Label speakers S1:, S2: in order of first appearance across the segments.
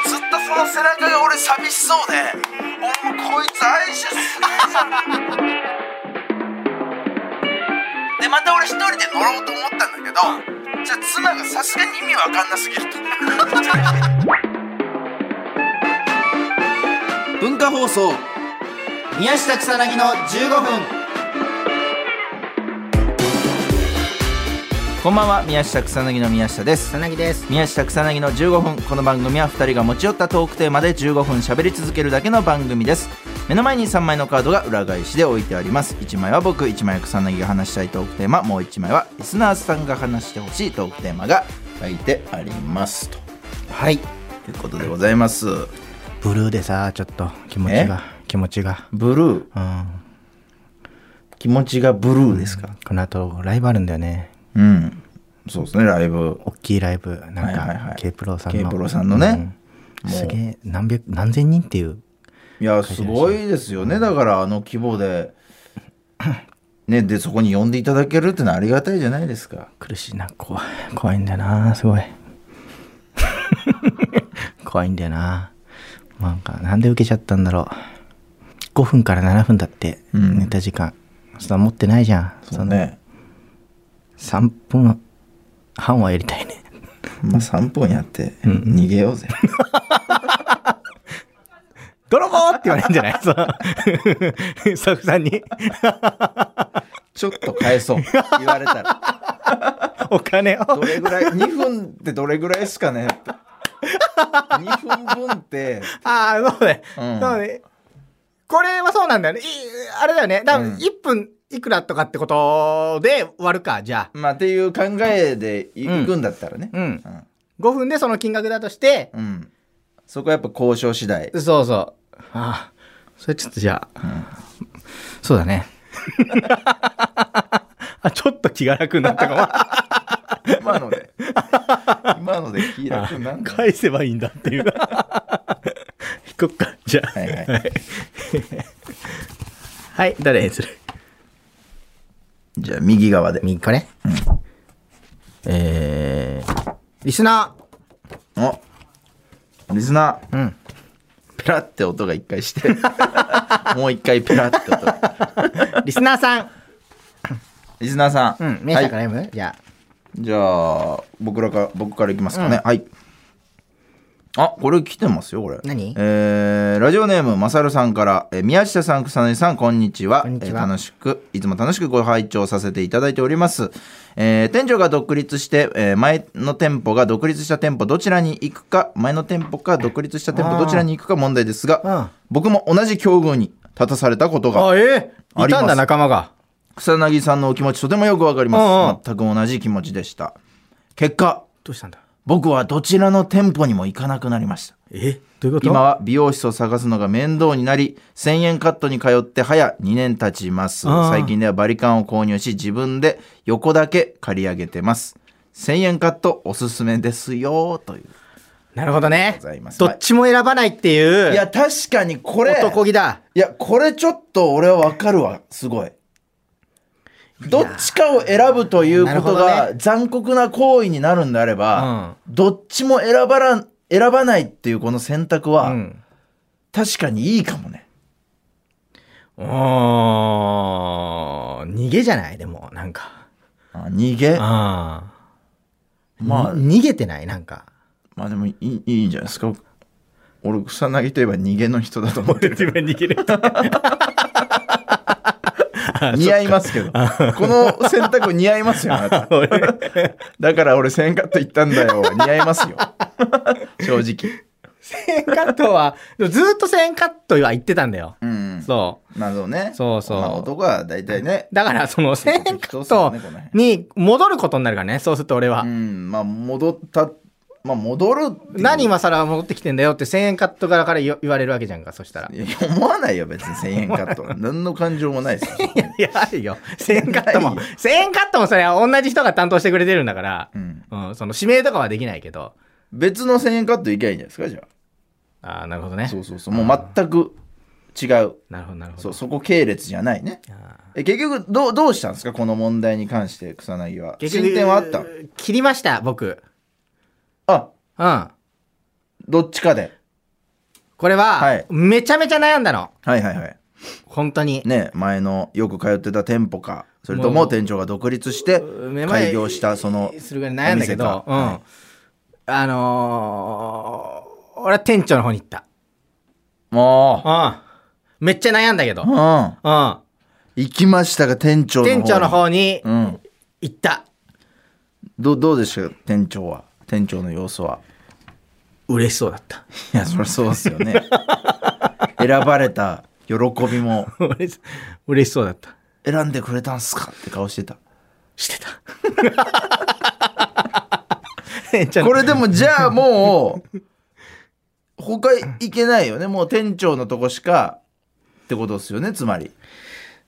S1: の背中が俺寂しそうで俺もこいつ愛車すげえじゃんでまた俺一人で乗ろうと思ったんだけどじゃあ妻がさすがに意味わかんなすぎると文化放送
S2: 宮下草薙の15分
S3: こんばんは宮下草薙の宮下です
S2: 草薙です
S3: 宮下草薙の15分この番組は2人が持ち寄ったトークテーマで15分喋り続けるだけの番組です目の前に3枚のカードが裏返しで置いてあります1枚は僕1枚は草薙が話したいトークテーマもう1枚はリスナーさんが話してほしいトークテーマが書いてありますと
S2: はい
S3: いうことでございます
S2: ブルーでさちょっと気持ちが気持ちが
S3: ブルー
S2: うん
S3: 気持ちがブルーですか
S2: この後ライブあるんだよね
S3: うんそうですねライブ
S2: 大きいライブなん
S3: はいはいは
S2: か
S3: い
S2: K プロさんの
S3: K プロさんのね
S2: うん
S3: もう
S2: すげえ何百何千人っていう
S3: いやすごいですよねだからあの規模で ねでそこに呼んでいただけるってのはありがたいじゃないですか
S2: 苦しいな怖い 怖いんだよなすごい 怖いんだよななんかなんで受けちゃったんだろう5分から7分だって、
S3: うん
S2: ネタ時間そんな持ってないじゃん
S3: そうね
S2: 3分半はやりたいね
S3: まあ3分やって逃げようぜ、
S2: 泥棒って言われるんじゃないそう スタッフさんに
S3: ちょっと返そう言われたら
S2: お金を
S3: どれぐらい2分ってどれぐらいしかねって2分分って
S2: ああ、そうね。
S3: うん
S2: そうね。これはそうなんだよね。いあれだよね。多
S3: う
S2: 分
S3: ん
S2: 1分いくらとかってことで終わるか、じゃあ。
S3: まあっていう考えでい
S2: うん
S3: くんだったらね
S2: うん。
S3: うん、
S2: 5分でその金額だとして、
S3: うんそこはやっぱ交渉次第
S2: そうそう。ああ、それちょっとじゃあ、そうだね。 あ、ちょっと気が楽になったかも。
S3: 今ので今ので気楽 なんだ
S2: 返せばいいんだっていう。 行こっか、じゃあ。
S3: はいはい
S2: はい、誰にする
S3: じゃあ右側で
S2: 右かね。えー、リスナー。
S3: おリスナー、
S2: うん
S3: ペラって音が一回して もう一回ペラって音
S2: リスナーさん。
S3: リスナーさん、
S2: うん、
S3: は
S2: 宮下から
S3: い、
S2: 読む、じゃ
S3: じゃあ僕らか僕からいきますかね、はいあこれ来てますよこれ
S2: 何
S3: えーラジオネームまさるさんから、えー宮下さん草薙さんこんにちは
S2: こんにちは
S3: えー楽しくいつも楽しくご拝聴させていただいております、えー店長が独立して、えー前の店舗が独立した店舗どちらに行くか前の店舗か独立した店舗どちらに行くか問題ですが、
S2: あ。
S3: 僕も同じ境遇に立たされたことが
S2: あ、ええ
S3: あ
S2: い
S3: ります
S2: たんだ、仲間が。
S3: 草薙さんのお気持ちとてもよくわかり
S2: うんう
S3: ま
S2: ん
S3: す全く同じ気持ちでした結果
S2: どうしたんだ
S3: 僕はどちらの店舗にも行かなくなりました
S2: えどういうこと
S3: 今は美容室を探すのが面倒になり1000円カットに通って早2年経ちます
S2: あー
S3: 最近ではバリカンを購入し自分で横だけ借り上げてます1000円カットおすすめですよという
S2: なるほどね
S3: ございます
S2: どっちも選ばないっていう。
S3: いや確かにこれ
S2: 男気だ。
S3: いや、これちょっと俺はわかるわ、すごい。どっちかを選ぶということ
S2: なるほ
S3: が残酷な行為になるんであれば、どっちも選ばらん選ばないっていうこの選択
S2: う
S3: は、
S2: ん。
S3: 確かにいいかもね。
S2: おー逃げじゃないでも、なんか。
S3: あ逃げ。
S2: ああ。
S3: まあ
S2: まあ。逃げてない、なんか。
S3: まあでもいいいいんじゃないですか。俺、草薙といえば逃げの人だと思ってる。
S2: 分逃げる。
S3: 似合いますけど。この選択似合いますよ、あなた。だから俺、1000カット行ったんだよ。似合います よ。正直。
S2: 1000カットは、でもずっと1000カットは言ってたんだよ。
S3: うん。
S2: そ
S3: まあそうね。
S2: そうそう
S3: まあ男は大体ね
S2: う。。だから、その1000カットに戻ることになるからね、そうすると俺は
S3: う。ん、まあ戻った、まあ戻るっていう
S2: 何今更戻ってきてんだよって1000円カットからから言言われるわけじゃんかそしたらい
S3: いや思わないよ、別に1000円カッ ト。何の感情もないですよ。
S2: やいやあるよ1000円カットも
S3: ないよ
S2: 1000円カットもそれは同じ人が担当してくれてるんだから
S3: う、ん。
S2: うんその指名とかはできないけど
S3: 別の1000円カットいけばいいんじゃないですか、じゃ
S2: ああなるほど
S3: あ。
S2: ね
S3: そうそうそう。もう全く違う。
S2: なるほどなるほ
S3: そ
S2: ど
S3: う、そこ系列じゃないね。
S2: あ
S3: え結局どう、どうしたんですか、この問題に関して、草薙は。
S2: ー
S3: 進展はあった
S2: 切りました僕
S3: あ、
S2: うん
S3: どっちかで。
S2: これ
S3: は、
S2: はいめちゃめちゃ悩んだの。
S3: はいはいはい
S2: 本当に。
S3: ね前のよく通ってた店舗かそれとも店長が独立して
S2: めまい
S3: 開業したその
S2: するぐらい悩んだけど、
S3: お
S2: うん。
S3: 店か
S2: あのー、俺は店長の方に行った。
S3: も
S2: うん。めっちゃ悩んだけど、
S3: う、う、
S2: うんん。
S3: 行きましたが店長の方
S2: 店長の方に
S3: うん
S2: 行った。
S3: どどうでしたか店長は店長の様子は
S2: 嬉しそうだった。
S3: いやそりゃそうですよね 選ばれた喜びも
S2: 嬉し嬉しそうだった。
S3: 選んでくれたんすかって顔してた
S2: してた。店長の
S3: これでもじゃあもう他行けないよねもう店長のとこしかってことですよねつまり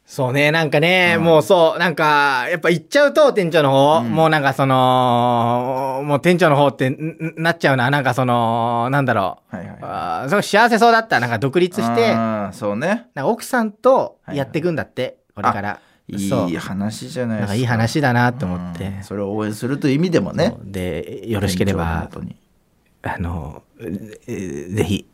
S2: そうね、なんかね、
S3: うん
S2: もうそう、なんか、やっぱ行っちゃうと、店長の方、
S3: うん
S2: もうなんかその、もう店長の方ってんんなっちゃうな、なんかその、なんだろう。
S3: はいはいはい
S2: あーその幸せそうだった、なんか独立して、なん
S3: あーそうね
S2: か奥さんとやっていくんだって、これから。
S3: いい
S2: そう。
S3: 話じゃない
S2: な
S3: で
S2: ん
S3: す
S2: か
S3: か
S2: いい話だなと思って。
S3: うんそれを応援するという意味でもね
S2: そうで、よろしければ
S3: 店、長の元に
S2: あの、えぜひ、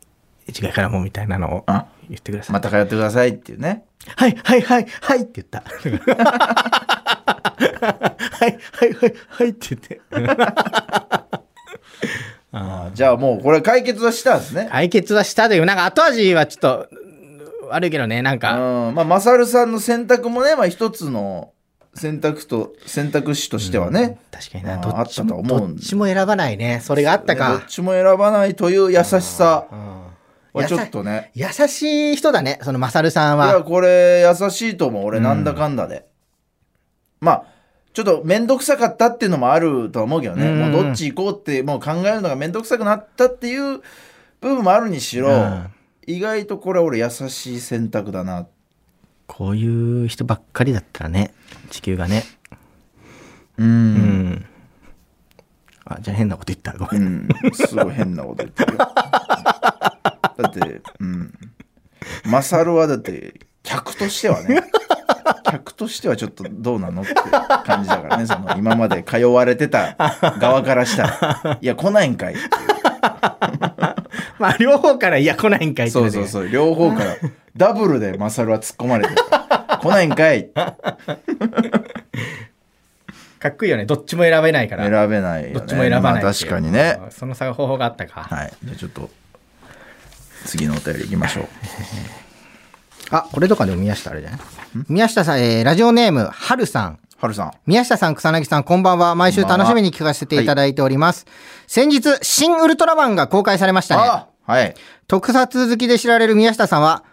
S2: 次回からもみたいなのを
S3: あ
S2: 言ってください。
S3: また通ってくださいっていうね
S2: はい、はい、はい、はいって言った。はい、はい、はい、はいって 言って。
S3: あーじゃあもうこれ解決はしたんですね
S2: 解決はしたという、なんか後味はちょっと悪いけどね、なんか、
S3: うんまあ、マサルさんの選択もね、まあ、一つの選択と選択肢としてはね、
S2: 確かにな、
S3: ま
S2: ど
S3: あ
S2: っちも、
S3: あったと思
S2: ど
S3: う
S2: っ
S3: んで
S2: ちも選ばないね。それがあった
S3: ど
S2: か
S3: っ。ちも選ばないという優しさ
S2: うん
S3: はちょっとね。
S2: 優しい人だね、そのマサルさん
S3: いや、
S2: は。
S3: これ優しいと思う、俺、なんだかんだで。まあ、ちょっと面倒くさかったっていうのもあるとは思うけどね、
S2: うん
S3: もうどっち行こうって、もう考えるのが面倒くさくなったっていう部分もあるにしろ、
S2: うん
S3: 意外とこれ、俺、優しい選択だな。
S2: こういう人ばっかりだったらね、地球がね。
S3: うん
S2: うん。あ、じゃあ変なこと言った。ごめん。
S3: うん、すごい変なこと言ってるよ。だって、うん。マサルはだって、客としてはね、客としてはちょっとどうなのって感じだからね、その今まで通われてた側からしたら、いや、来ないんかいっていう
S2: まあ、両方から、いや、来ないんかいって
S3: そ
S2: な
S3: う
S2: るよ
S3: そうそ
S2: ね
S3: う、両方から、ダブルでマサルは突っ込まれてるから来ないんかい
S2: かっこいいよね。どっちも選べないから。
S3: 選べないよ、ね。
S2: どっちも選ばないっていう
S3: まあ確かにね。
S2: あその差が方法があったか。
S3: はい。じゃあちょっと、次のお便り行きましょう。
S2: あ、これとかでも宮下あれじゃない宮下さん、えーラジオネーム、はるさん。
S3: はるさん。
S2: 宮下さん、草薙さん、こんばんは。毎週
S3: こんばんは
S2: 楽しみに聞かせていただいております。先日、新ウルトラマンが公開されましたね。
S3: あはい。
S2: 特撮好きで知られる宮下さんは、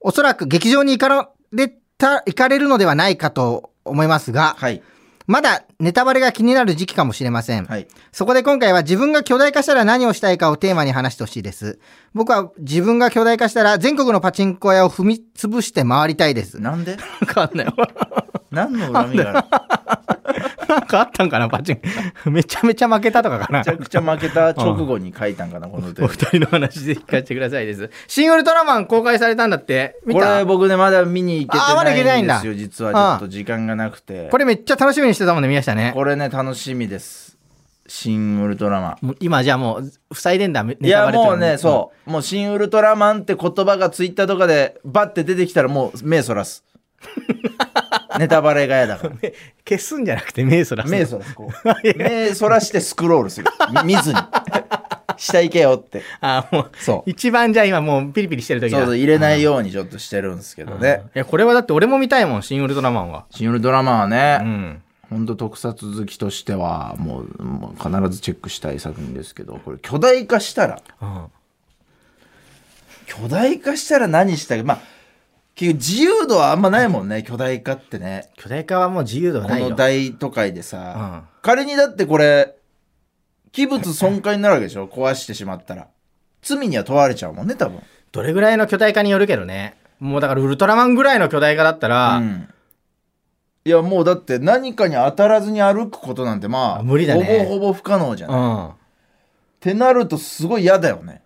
S2: おそらく劇場に行かれた、行かれるのではないかと思いますが、
S3: はい。
S2: まだネタバレが気になる時期かもしれません。
S3: はい。
S2: そこで今回は自分が巨大化したら何をしたいかをテーマに話してほしいです。僕は自分が巨大化したら全国のパチンコ屋を踏み潰して回りたいです。
S3: なんで
S2: かあったよ。
S3: 何の恨みがある
S2: なんかあったんかな、パチン コ。めちゃめちゃ負けたとかかな
S3: めちゃくちゃ負けた直後に書いたんかな、この歌。こ
S2: 二人の話で聞かせてくださいです。シン・ウルトラマン公開されたんだって。 見
S3: れ
S2: たこ
S3: 僕ね、まだ見に行け
S2: あーまだ行け
S3: て
S2: てな
S3: ないい
S2: ん
S3: ん
S2: だ
S3: ですよ、実はちょっと時間がなくて
S2: れ。めっちゃ楽しみにしてたもんね、宮下ね。
S3: これね、楽しみです。新ウルトラマン。
S2: もう今じゃあもう、塞いでんだ、ネ
S3: い
S2: タ
S3: や
S2: バレとか
S3: もうね、そう。もう新ウルトラマンって言葉がツイッターとかでバッて出てきたらもう目そら す。ネタバレが嫌だから。
S2: 目消すんじゃなくて、目そらす。
S3: 目そらす、こ う。目そらしてスクロールする。み見ずに。 下行けよって。
S2: あ、もう、
S3: そう
S2: 一番じゃあ今もうピリピリしてる時だ。
S3: そうそう、入れないようにちょっとしてるんですけどね。
S2: いや、これはだって俺も見たいもん、シン・ウルトラマンは。
S3: 新ウルトラマンはね、
S2: うん。
S3: 本当特撮好きとしてはもうもう必ずチェックしたい作品ですけどこれ巨大化したら巨大化したら何したいまあ結局自由度はあんまないもんね巨大化ってね
S2: 巨大化はもう自由度は
S3: こ
S2: ないよ。
S3: の大都会でさ、
S2: う
S3: 仮にだってこれ器物損壊になるわけでしょ壊してしまったら罪には問われちゃうもんね多分、
S2: どれぐらいの巨大化によるけどね。もうだからウルトラマンぐらいの巨大化だったら、
S3: うんいやもうだって何かに当たらずに歩くことなんてまあ
S2: あ無理だね
S3: ほぼほぼ不可能じゃん、
S2: う
S3: っ
S2: ん。
S3: てなるとすごい嫌だよね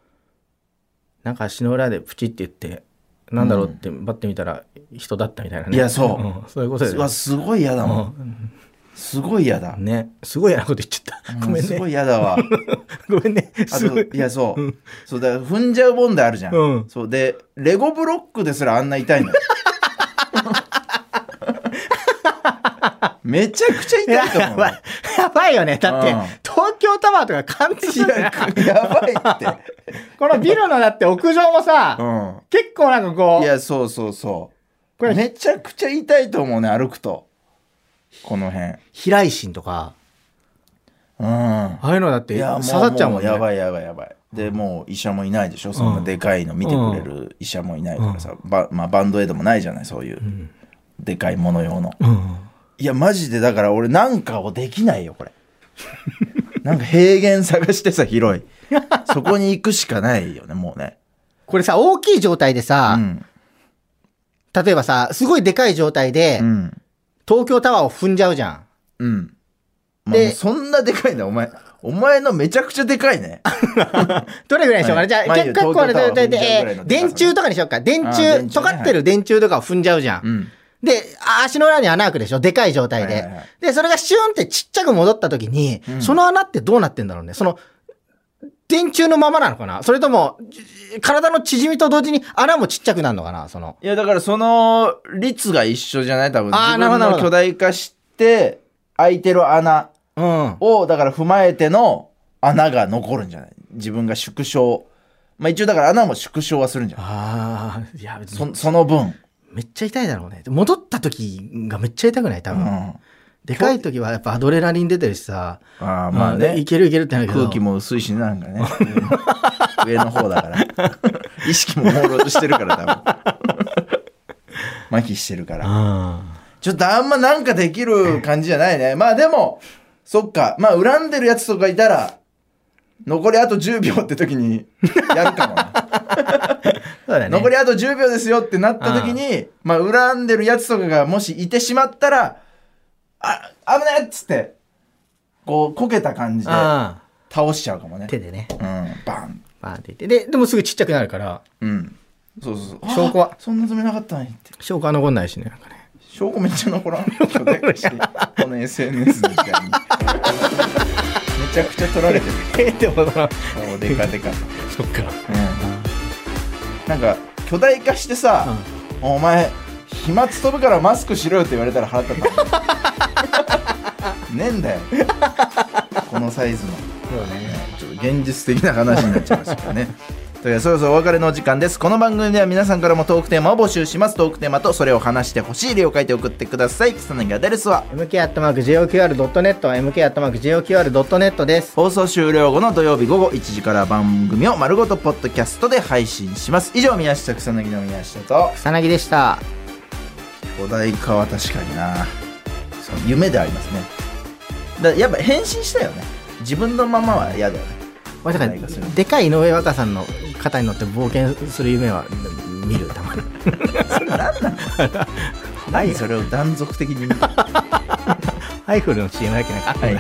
S2: なんか足の裏でプチって言って、なんだろうってバッて見たら人だったみたいなね。
S3: いやそう
S2: うんそういうことです
S3: うわすごい嫌だもん、すごい嫌だ、
S2: ね。すごい嫌なこと言っちゃっごめん
S3: す
S2: ね
S3: ごい嫌だ わ。
S2: ごめんね
S3: あ
S2: すご
S3: と、
S2: い。
S3: いや、そううんそうだ、踏んじゃう問題あるじゃん。
S2: うん
S3: そうで、レゴブロックですらあんな痛いのよ。めちゃくちゃ痛いと
S2: や
S3: 思う
S2: ば。いやばいよねだって、
S3: うん
S2: 東京タワーとか完
S3: い
S2: 璧だよ
S3: や
S2: な
S3: やばいって。
S2: このビルのだって屋上もさ、
S3: う
S2: 結構なんかこ
S3: ん。いうや、そうそうそう。
S2: これ
S3: めちゃくちゃ痛いと思うね、歩くと。この辺。
S2: 平井心とか
S3: うん。
S2: ああいうのだって
S3: いやも
S2: 刺さっちゃうもんね
S3: やばいやばいやばいでもう医者もいないでしょそんなでかいの見てくれる医者もいないからさ、ばまあ、バンドエイドもないじゃないそういう、でかいもの用の
S2: うん
S3: いやマジでだから俺なんかをできないよこれ なんか平原探してさ広 いそこに行くしかないよねもうね
S2: これさ大きい状態で
S3: う
S2: さ、
S3: ん
S2: 例えばさすごいでかい状態で、
S3: うん
S2: 東京タワーを踏んじゃうじゃん
S3: うんもう
S2: で
S3: そんなでかいんだお前お前のめちゃくちゃでかいね
S2: どれぐらいにしようかな、
S3: はい
S2: じゃあ結構これ
S3: まあいいよ東京タワー
S2: で
S3: 踏
S2: で
S3: んじゃうぐらいの
S2: で電柱とかにしようか電
S3: あー
S2: 柱
S3: 電柱ね
S2: 尖ってる電柱とかを踏んじゃうじゃん、
S3: うん
S2: であ足の裏に穴開くでしょでかい状態で、
S3: はいはいはい
S2: でそれがシュンってちっちゃく戻った時に、
S3: うん
S2: その穴ってどうなってんだろうねその電柱のままなのかなそれともじ体の縮みと同時に穴もちっちゃくなるのかなその
S3: いや、だからその率が一緒じゃない多分。
S2: あー
S3: 自
S2: なるほ
S3: 分
S2: どなる
S3: の
S2: ほ
S3: 巨
S2: ど
S3: 大化して、空いてる穴
S2: うん
S3: を、だから踏まえての穴が残るんじゃない自分が縮小。まあ一応だから穴も縮小はするんじゃない
S2: ああ、いや、そ
S3: そその分。
S2: めっちゃ痛いだろうね。戻った時がめっちゃ痛くない多
S3: う
S2: 分、
S3: ん。
S2: でかい時はやっぱアドレナリン出てるしさ。
S3: あーまあ
S2: うんい
S3: ね。
S2: けるいけるってなるけど。
S3: 空気も薄いしねなんかね。上の方だから。 意識も朦朧としてるから 多分。麻痺してるから。
S2: あ
S3: ちょっとあんまなんかできる感じじゃないね。まあでも、そっか。まあ恨んでるやつとかいたら、残りあと10秒って時にやるかもな、
S2: あ。そうだね。
S3: 残りあと10秒ですよってなった時に、まあ恨んでるやつとかがもしいてしまったら、あ、危ねえっつって、こうこけた感じで
S2: あ
S3: 倒しちゃうかもね
S2: あ。。手でね
S3: う。ん、バン。
S2: バーンっていって。で、でもすぐちっちゃくなるから、
S3: うん。そうそうそう。
S2: 証拠は
S3: あそんなつもりなかったのにって。
S2: 証拠は残んないしね。なんかね。
S3: 証拠めっちゃ残らん巨大化してこの SNS みたいにめ ちゃくちゃ取られてる
S2: え でもその、
S3: おでかでか、うん、
S2: そっか。
S3: なんか巨大化してさ、お前飛沫飛ぶからマスクしろよって言われたら腹立った もんねえんだよこのサイズの
S2: そうね。
S3: ちょっと現実的な話になっちゃいましたけどね。というわけでそろそろお別れのお時間ですこの番組では皆さんからもトークテーマを募集しますトークテーマとそれを話してほしい例を書いて送ってください草薙アドレスは
S2: mk.joqr.net、mk.joqr.net です。
S3: 放送終了後の土曜日午後1時から番組を丸ごとポッドキャストで配信します以上宮下草薙の宮下と
S2: 草薙でした。
S3: お題化は確かになそう夢でありますねだやっぱ変身したよね自分のままは嫌だよね
S2: まあ、だから
S3: 草薙がする
S2: でかい井上若さんの肩に乗って冒険する夢は見るたまに
S3: 何それを断続的に見て
S2: アイフルの CM だっけなんか
S3: はい